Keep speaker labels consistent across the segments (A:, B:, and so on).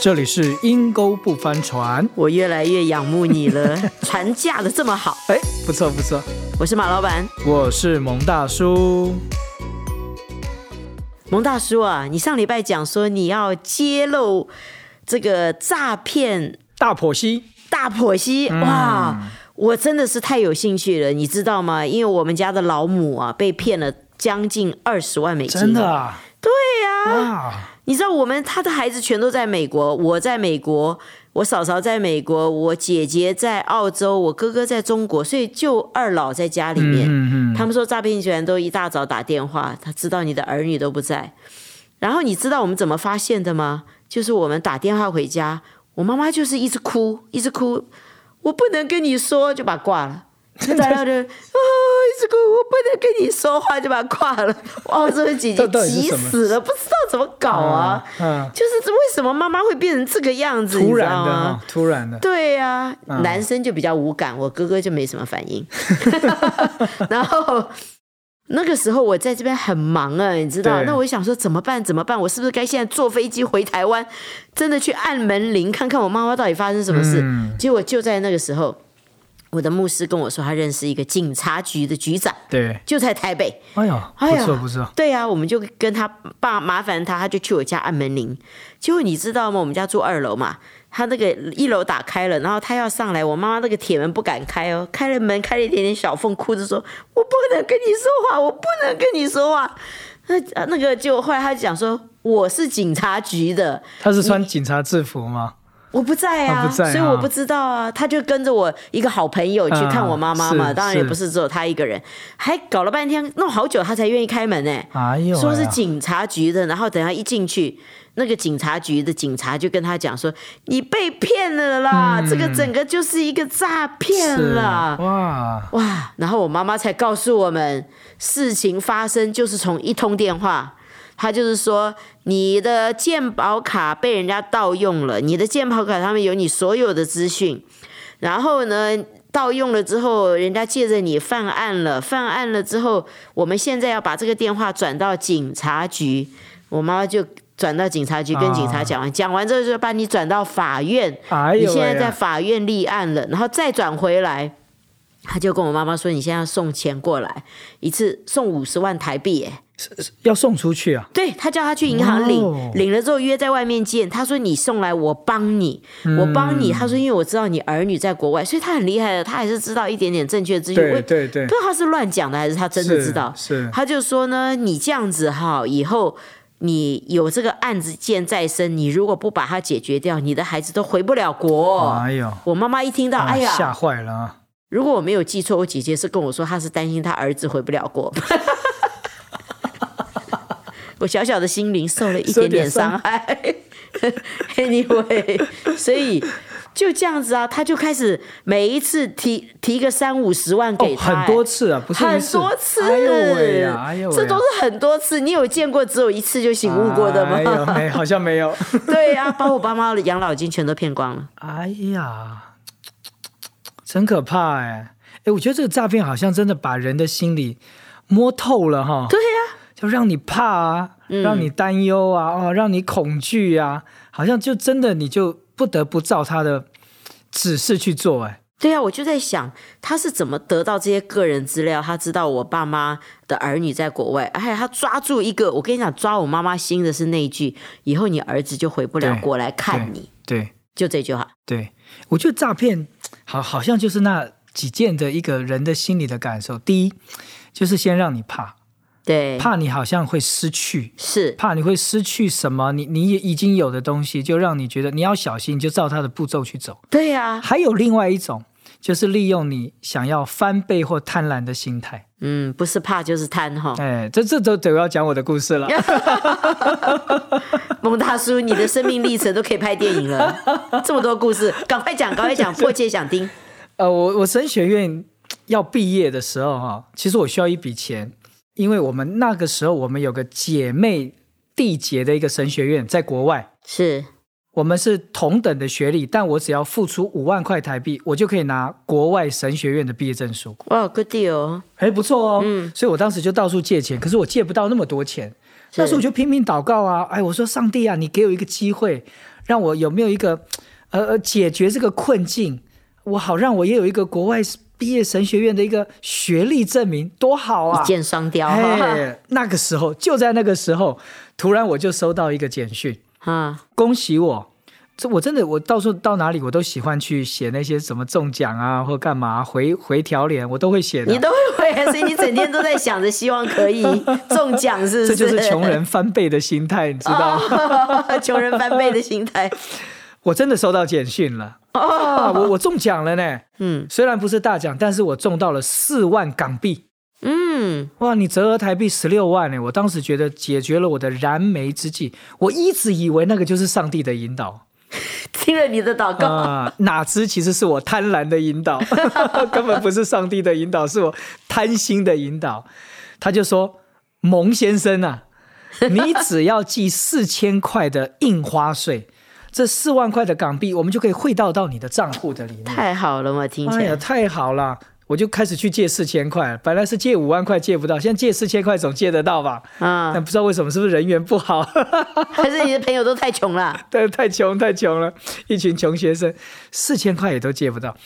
A: 这里是阴沟不翻船。
B: 我越来越仰慕你 了，船架的这么好。
A: 哎，不错不错，
B: 我是马老板，
A: 我是蒙大叔。
B: 蒙大叔啊，你上礼拜讲说你要揭露这个诈骗
A: 大剖析，
B: 大剖析，
A: 嗯
B: 哇！我真的是太有兴趣了，你知道吗？因为我们家的老母啊，被骗了将近二十万美金。
A: 真的啊？
B: 对呀、
A: 哇，
B: 你知道我们他的孩子全都在美国，我在美国，我嫂嫂在美国，我姐姐在澳洲，我哥哥在中国，所以就二老在家里面。
A: 嗯嗯
B: 他们说诈骗集团都一大早打电话，他知道你的儿女都不在。然后你知道我们怎么发现的吗？就是我们打电话回家，我妈妈就是一直哭，一直哭，我不能跟你说，就把挂了。然后就 啊，一直哭，我不能跟你说话，就把挂了。哇，这个姐姐
A: 这 到底是
B: 急
A: 什么
B: 死了，不知道怎么搞啊。
A: 嗯，
B: 就是为什么妈妈会变成这个样子？
A: 突然的
B: 你知
A: 哈
B: 道
A: 嗯
B: 吗？，
A: 突然的，
B: 对呀、男生就比较无感，我哥哥就没什么反 应。然后那个时候我在这边很忙啊，你知道？
A: 对
B: 那我想说怎么办？怎么办？我是不是该现在坐飞机回台湾，真的去按门铃看看我妈妈到底发生什么事？
A: 嗯
B: 结果就在那个时候，我的牧师跟我说，他认识一个警察局的局长，
A: 对，
B: 就在台北。
A: 哎呦，
B: 哎
A: 不
B: 呀
A: 错不错，
B: 对呀、我们就跟他爸麻烦他，他就去我家按门铃。结果你知道吗？我们家住二楼嘛，他那个一楼打开了，然后他要上来，我妈妈那个铁门不敢开哦，开了门开了一点点小缝，哭着说：“我不能跟你说话，我不能跟你说话。”那呃那个就后来他就讲说：“我是警察局的，
A: 他是穿警察制服吗？
B: 我不在啊，
A: 啊不在啊
B: 所以我不知道啊。他就跟着我一个好朋友去看我妈妈嘛，
A: 啊是
B: 当然也
A: 是
B: 不是只有他一个人，还搞了半天，弄好久他才愿意开门呢、
A: 哎呦，
B: 说是
A: 哎呀
B: 警察局的，然后等他一进去，那个警察局的警察就跟他讲说：“你被骗了啦，这个整个就是一个诈骗
A: 是啊
B: 啦。”
A: 哇，
B: 哇！然后我妈妈才告诉我们，事情发生就是从一通电话，她就是说你的健保卡被人家盗用了，你的健保卡上面有你所有的资讯，然后呢，盗用了之后，人家借着你犯案了，犯案了之后，我们现在要把这个电话转到警察局，我妈妈就。转到警察局跟警察讲完，讲、完之后就把你转到法院，
A: 哎呦，
B: 你现在
A: 哎呀
B: 在法院立案了，然后再转回来，他就跟我妈妈说，你现在要送钱过来，一次送五十万台币耶。
A: 要送出去啊？
B: 对他叫他去银行领，
A: 哇哦
B: 领了之后约在外面见。他说你送来，我帮你，
A: 嗯
B: 我帮你。他说因为我知道你儿女在国外，所以他很厉害的，他还是知道一点点正确资讯。我
A: 对
B: 也
A: 对对
B: 不，知道他是乱讲的还是他真的
A: 是
B: 知道。
A: 是
B: 他就说呢，你这样子哈，以后你有这个案子件在身，你如果不把它解决掉，你的孩子都回不了国。
A: 哎呦，
B: 我妈妈一听到，
A: 啊
B: 哎
A: 吓
B: 呀，
A: 坏了啊！
B: 如果我没有记错，我姐姐是跟我说，她是担心她儿子回不了国。 我小小的心灵受了一点点伤害。anyway，所以就这样子啊，她就开始每一次提提个三五十万给
A: 哦，
B: 她、
A: 很多次啊，不是一
B: 很
A: 次
B: 多次，
A: 哎呦喂呀，哎呦喂呀，
B: 这都是很多次。你有见过只有一次就醒悟过的
A: 哎呦
B: 吗？
A: 没，好像没有。
B: 对呀、把我爸妈的养老金全都骗光了。
A: 哎呀，真可怕哎、哎，我觉得这个诈骗好像真的把人的心理摸透了哈，
B: 对呀、
A: 就让你怕啊，让你担忧啊，哦，让你恐惧啊，好像就真的你就不得不照他的指示去做哎、
B: 对啊，我就在想，他是怎么得到这些个人资料？他知道我爸妈的儿女在国外，哎，他抓住一个，我跟你讲，抓我妈妈心的是那一句：以后你儿子就回不了
A: 对
B: 国来看你，
A: 对
B: 就这句话。
A: 对，我觉得诈骗好好像就是那几件的一个人的心理的感受，第一就是先让你怕，
B: 对，
A: 怕你好像会失去，
B: 是，
A: 怕你会失去什么，你你也已经有的东西，就让你觉得你要小心，你就照他的步骤去走。
B: 对啊，
A: 还有另外一种，就是利用你想要翻倍或贪婪的心态。
B: 嗯，不是怕就是贪哈。
A: 哎，这这都都要讲我的故事了。
B: 孟大叔，你的生命历程都可以拍电影了，这么多故事，赶快讲，赶 快讲，迫切想听。
A: 呃，我我神学院要毕业的时候哈、其实我需要一笔钱，因为我们那个时候我们有个姐妹缔结的一个神学院在国外。
B: 是，
A: 我们是同等的学历，但我只要付出五万块台币，我就可以拿国外神学院的毕业证书。
B: 哇，good deal，哦
A: 哎，不错哦，所以我当时就到处借钱，可是我借不到那么多钱，
B: 是
A: 那时候我就拼命祷告啊，哎，我说上帝啊，你给我一个机会，让我有没有一个呃呃解决这个困境，我好让我也有一个国外毕业神学院的一个学历证明，多好啊！
B: 一箭双雕哈。
A: 哎，那个时候就在那个时候，突然我就收到一个简讯，
B: 啊，
A: 恭喜我！这我真的，我到处到哪里我都喜欢去写那些什么中奖啊，或干嘛回回条联，我都会写的。
B: 你都会回，所以你整天 都在想着希望可以中奖，是不
A: 这
B: 是？
A: 就是穷人翻倍的心态，你知道吗？
B: 哦， 穷人翻倍的心态。
A: 我真的收到简讯了啊！我我中奖了呢，
B: 哦嗯
A: 虽然不是大奖，但是我中到了四万港币。
B: 嗯，
A: 哇，你折合台币十六万呢！我当时觉得解决了我的燃眉之急，我一直以为那个就是上帝的引导
B: 听了你的祷告，
A: 啊、哪知其实是我贪婪的引导， 根本不是上帝的引导，是我贪心的引导。他就说：“蒙先生啊，你只要寄四千块的印花税，这四万块的港币，我们就可以汇到到你的账户的里面。”
B: 太好了嘛，听起
A: 哎呀，
B: 来。
A: 太好了！我就开始去借四千块，本来是借五万块借不到，现在借四千块总借得到吧？
B: 啊、
A: 但不知道为什么，是不是人缘不好？
B: 还是你的朋友都太穷了，
A: 对，太穷太穷了，一群穷学生，四千块也都借不到。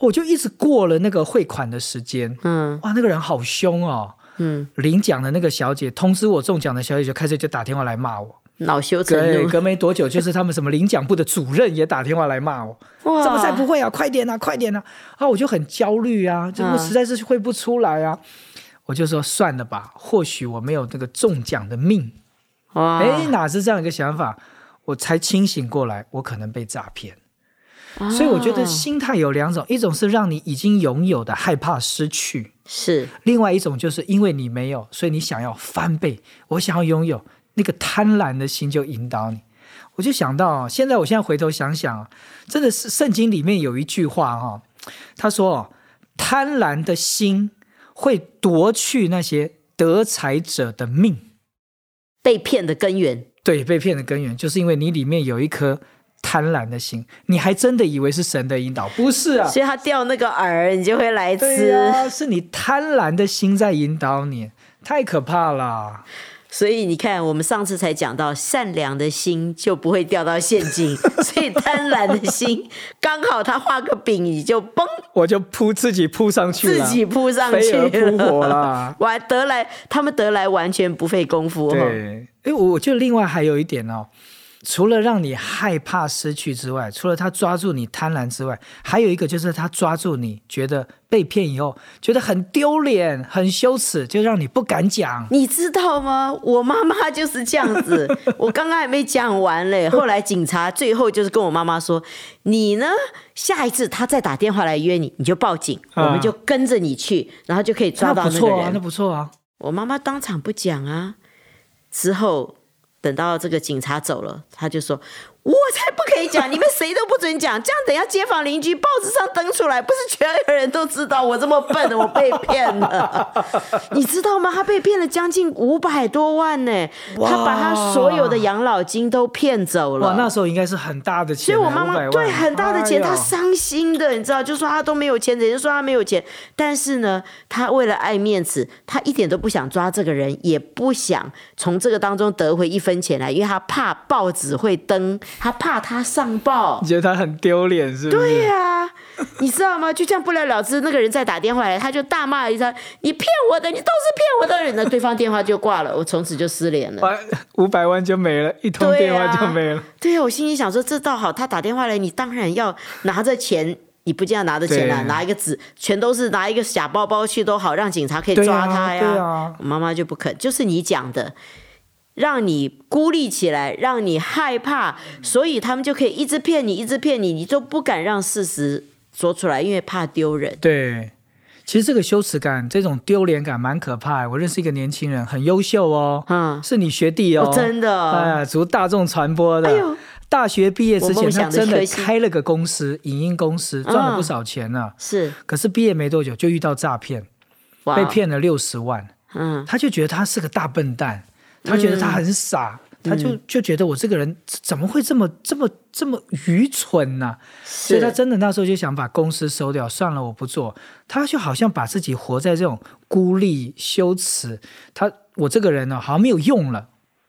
A: 我就一直过了那个汇款的时间，
B: 嗯
A: 哇，那个人好凶哦！
B: 嗯，
A: 领奖的那个小姐通知我中奖的小姐就开始就打电话来骂我，
B: 恼羞成
A: 对，
B: 怒，
A: 隔没多久就是他们什么领奖部的主任也打电话来骂我，
B: 哇
A: 怎么再不会啊？快点啊，快点啊！啊，我就很焦虑啊，就
B: 嗯
A: 我实在是会不出来啊。我就说算了吧，或许我没有那个中奖的命。
B: 哇，
A: 哎、哪是这样一个想法？我才清醒过来，我可能被诈骗。所以我觉得
B: 啊
A: 心态有两种，一种是让你已经拥有的害怕失去，
B: 是
A: 另外一种就是因为你没有，所以你想要翻倍，我想要拥有，那个贪婪的心就引导你。我就想到啊，现在我现在回头想想啊，真的是圣经里面有一句话哈、他说哦，贪婪的心会夺去那些得财者的命。
B: 被骗的根源。
A: 对，被骗的根源就是因为你里面有一颗贪婪的心，你还真的以为是神的引导，不是啊？
B: 所以他掉那个饵，你就会来
A: 对
B: 吃。
A: 呀、是你贪婪的心在引导你，太可怕了。
B: 所以你看，我们上次才讲到，善良的心就不会掉到陷阱， 所以贪婪的心刚好他画个饼，你就嘣
A: 我就扑自己扑上去
B: 自
A: 了，
B: 己扑上去
A: 飞蛾扑火
B: 了。。
A: 啦
B: 完得来，他们得来完全不费功夫哦。
A: 对，哎，我我觉得另外还有一点哦，除了让你害怕失去之外，除了他抓住你贪婪之外，还有一个就是他抓住你觉得被骗以后，觉得很丢脸、很羞耻，就让你不敢讲。
B: 你知道吗？我妈妈就是这样子。我刚刚还没讲完嘞，后来警察最后就是跟我妈妈说：“你呢，下一次他再打电话来约你，你就报警，
A: 啊
B: 我们就跟着你去，然后就可以抓到
A: 那不
B: 那个
A: 错啊
B: 人，。
A: 那不错啊。
B: 我妈妈当场不讲啊，之后等到这个警察走了，她就说：“我才不可以讲，你们谁都不准讲，这样等一下街坊邻居报纸上登出来，不是全个人都知道我这么笨，我被骗了。你知道吗？她被骗了将近五百多万呢、她把她所有的养老金都骗走了。
A: 哇，那时候应该是很大的
B: 所
A: 钱
B: 以
A: 啊，
B: 我妈
A: 500
B: 妈
A: 万
B: 对很大的钱，
A: 哎呦
B: 她伤心的，你知道，就说她都没有钱，人家说她没有钱，但是呢，她为了爱面子，她一点都不想抓这个人，也不想从这个当中得回一分钱来，因为她怕报纸会登，她怕她上报
A: 你。觉得他很丢脸是不是？
B: 对呀、你知道吗？就这样不了了之。那个人再打电话来，她就大骂了一声：“你骗我的，你都是骗我的人！”那对方电话就挂了，我从此就失联了。
A: 完五百万就没了，一通
B: 对
A: 电
B: 啊
A: 话就没了。
B: 对啊，我心里想说，这倒好，他打电话来，你当然要拿着钱，你不见得拿着钱啊，
A: 对
B: 拿一个纸，全都是拿一个假包包去都好，让警察可以
A: 对啊
B: 抓他呀。
A: 对啊
B: 我妈妈就不肯，就是你讲的。让你孤立起来，让你害怕，所以他们就可以一直骗你，一直骗你，你就不敢让事实说出来，因为怕丢人。
A: 对，其实这个羞耻感、这种丢脸感蛮可怕的。我认识一个年轻人，很优秀 哦，
B: 嗯
A: 是你学弟哦，
B: 哦真的哦
A: 哎呀，读大众传播的。
B: 哎呦
A: 大学毕业之
B: 我
A: 前，
B: 梦
A: 他
B: 想的
A: 真的
B: 科系
A: 开了个公司，影音公司，赚了不少钱呢、
B: 是
A: 可是毕业没多久就遇到诈骗，
B: 嗯哇，
A: 被骗了六十万。
B: 嗯，
A: 他就觉得他是个大笨蛋，他觉得他很傻，
B: 嗯
A: 他就就觉得我这个人怎么会这么这么这么愚蠢呢、所
B: 是
A: 以他真的那时候就想把公司收掉，算了，我不做。他就好像把自己活在这种孤立、羞耻，他我这个人呢、好像没有用了，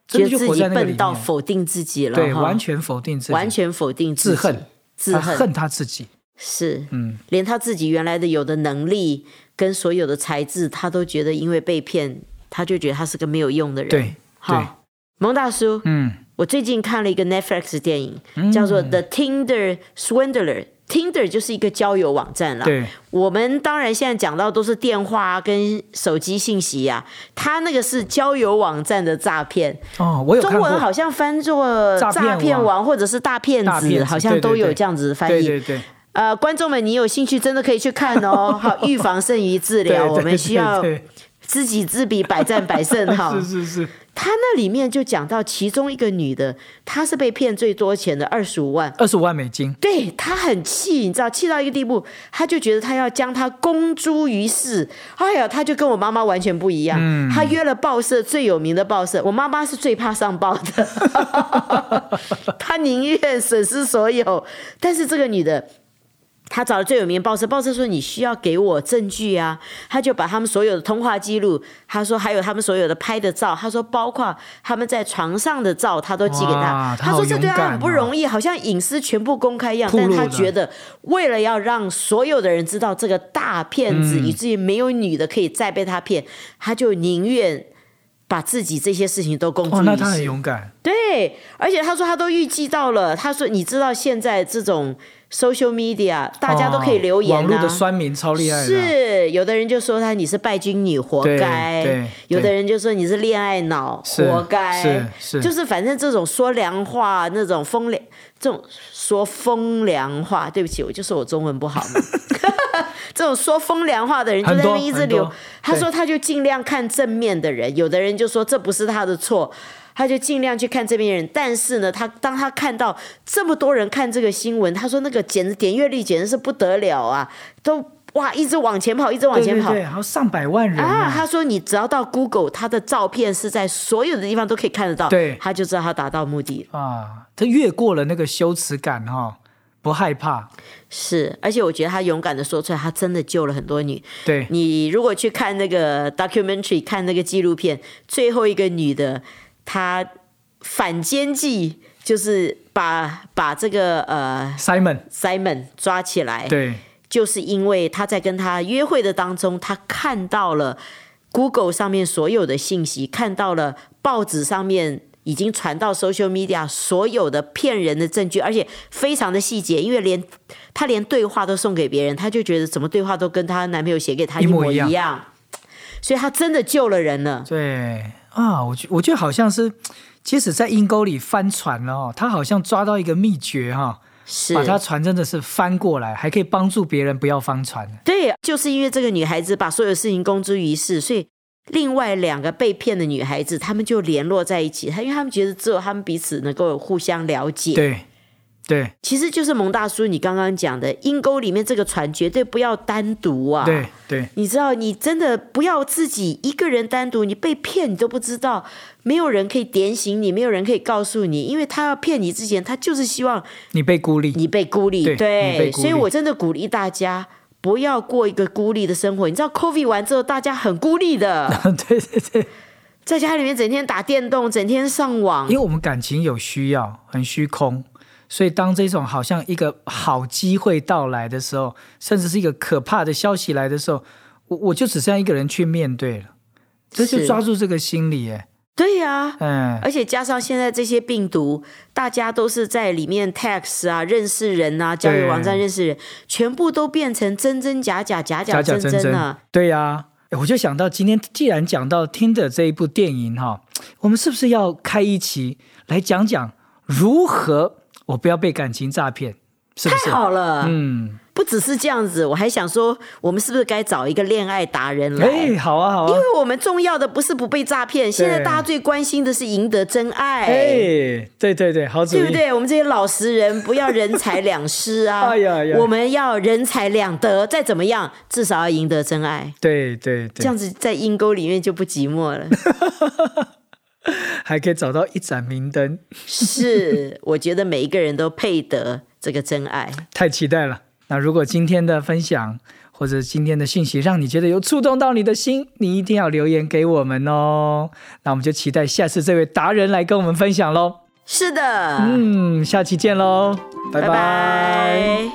A: 真的
B: 觉
A: 就
B: 得
A: 活
B: 自己
A: 在那个里
B: 笨到
A: 面，
B: 否定自己了，
A: 对，
B: 哈
A: 完全否定自己，
B: 完全否定自己
A: 自恨，
B: 自
A: 他
B: 恨
A: 恨他自己，
B: 是，
A: 嗯，
B: 连他自己原来的有的能力跟所有的才智，他都觉得因为被骗，他就觉得他是个没有用的人。，
A: 对，对
B: 好，蒙大叔，
A: 嗯，
B: 我最近看了一个 Netflix 电影，叫做《The Tinder Swindler》。Tinder 就是一个交友网站啦。
A: 对，
B: 我们当然现在讲到都是电话、啊、跟手机信息呀、他那个是交友网站的诈骗，
A: 哦，我有看
B: 中文
A: 过，
B: 好像翻作
A: 诈骗
B: 诈
A: 王
B: 骗王或者是大骗
A: 大骗
B: 子，
A: 子
B: 好像
A: 对对
B: 都有
A: 对
B: 这样子的翻译。
A: 对对对，
B: 呃，观众们，你有兴趣真的可以去看 哦。好，预防胜于治
A: 对
B: 疗，
A: 对
B: 我们需要
A: 对
B: 知己知彼，百战百胜
A: 对
B: 哈
A: 是。是是，
B: 他那里面就讲到，其中一个女的，她是被骗最多钱的二十五万，
A: 二十五万美金，
B: 对她很气，你知道，气到一个地步，她就觉得她要将她公诸于世。哎呀，她就跟我妈妈完全不一样，
A: 嗯
B: 她约了报社最有名的报社，我妈妈是最怕上 报的，她宁愿损失所有。但是这个女的。她找了最有名的报社，报社说你需要给我证据啊，她就把他们所有的通话记录，她说还有他们所有的拍的照，她说包括他们在床上的照，她都寄给
A: 哇
B: 她。
A: 她
B: 她说
A: 好
B: 这对
A: 勇
B: 她
A: 敢
B: 很不
A: 哦
B: 容易，好像隐私全部公开一样，
A: 暴
B: 但
A: 露
B: 她
A: 了
B: 觉得为了要让所有的人知道这个大骗子，
A: 嗯
B: 以至于没有女的可以再被他骗，她就宁愿把自己这些事情都公诸
A: 哦，那他
B: 于
A: 很
B: 世。
A: 勇敢，
B: 对，而且他说他都预计到了，他说你知道现在这种 social media 大家都可以留言、啊
A: 哦网络的酸民超厉害的，
B: 是，有的人就说他你是拜金女，活
A: 对
B: 该
A: 对；
B: 有的
A: 对
B: 人就说你是恋爱脑，
A: 是
B: 活该。
A: 是是
B: 就是反正这种说凉话，那种风凉，这种说风凉话，对不起，我就说我中文不好 嘛。这种说风凉话的人就在那边一直
A: 很多
B: 留
A: 很多，
B: 他
A: 对
B: 说他就尽量看正面的人，有的人就说这不是他的错，他就尽量去看这边的人。但是呢，他当他看到这么多人看这个新闻，他说那个简直点阅率简直是不得了啊，都哇一直往前跑，一直往
A: 对
B: 前
A: 对
B: 跑。
A: 对，还有上百万人
B: 啊，
A: 啊，
B: 他说你只要到 Google，他的照片是在所有的地方都可以看得到，
A: 对
B: 他就知道他达到目的了。
A: 啊，他越过了那个羞耻感哈、不害怕，
B: 是，而且我觉得他勇敢的说出来，他真的救了很多女。
A: 对，
B: 你如果去看那个 documentary，看那个纪录片，最后一个女的，她反间计就是把把这个呃
A: Simon，
B: Simon 抓起来，
A: 对
B: 就是因为她在跟他约会的当中，她看到了 Google 上面所有的信息，看到了报纸上面。已经传到 social media 所有的骗人的证据，而且非常的细节，因为连她连对话都送给别人，她就觉得怎么对话都跟她男朋友写给她
A: 一模
B: 模
A: 一样
B: 样所以她真的救了人了。
A: 对啊，我觉我觉得好像是，即使在阴沟里翻船了哦，他好像抓到一个秘诀哈、
B: 是，
A: 把他船真的是翻过来，还可以帮助别人不要翻船。
B: 对，就是因为这个女孩子把所有事情公诸于世，所以另外两个被骗的女孩子，她们就联络在一起。她因为她们觉得只有她们彼此能够互相了解。
A: 对对
B: 其实就是蒙大叔你刚刚讲的，阴沟里面这个船绝对不要单独啊。
A: 对对，
B: 你知道，你真的不要自己一个人单独，你被骗你都不知道，没有人可以点醒你，没有人可以告诉你，因为他要骗你之前，他就是希望
A: 你被孤立，
B: 你被孤立，
A: 对你被孤
B: 所以
A: 立
B: 我真的鼓励大家不要过一个孤立的生活。你知道，COVID 完之后，大家很孤立 的，
A: 对对对，
B: 在家里面整天打电动，整天上网
A: 因为，我们感情有需要，很虚空，所以当这种好像一个好机会到来的时候，甚至是一个可怕的消息来的时候，我我就只剩下一个人去面对了，这就是抓住这个心理，哎，
B: 对呀、
A: 嗯，
B: 而且加上现在这些病毒，大家都是在里面 text 啊、认识人啊、交友网站认识人，全部都变成真真假假、假
A: 假假
B: 真
A: 真
B: 真
A: 真
B: 啊。，
A: 对呀、诶我就想到今天既然讲到《听的这一部电影哈，我们是不是要开一期来讲讲如何我不要被感情诈骗？是不
B: 太
A: 是？
B: 好了，
A: 嗯，
B: 不只是这样子，我还想说，我们是不是该找一个恋爱达人来？
A: 哎，好啊，好
B: 因
A: 啊，
B: 为我们重要的不是不被诈骗，现在大家最关心的是赢得真爱，
A: 哎，对对对，好主意，
B: 对不对？我们这些老实人不要人财两失啊，
A: 哎呀呀
B: 我们要人财两得，再怎么样，至少要赢得真爱，
A: 对对对
B: 这样子在阴沟里面就不寂 寞了。
A: 还可以找到一盏明灯，
B: 是，我觉得每一个人都配得这个真爱。
A: 太期待了。那如果今天的分享或者今天的信息让你觉得有触动到你的心，你一定要留言给我们哦。那我们就期待下次这位达人来跟我们分享喽。
B: 是的，
A: 嗯嗯，下期见喽，拜
B: 拜
A: 拜
B: 拜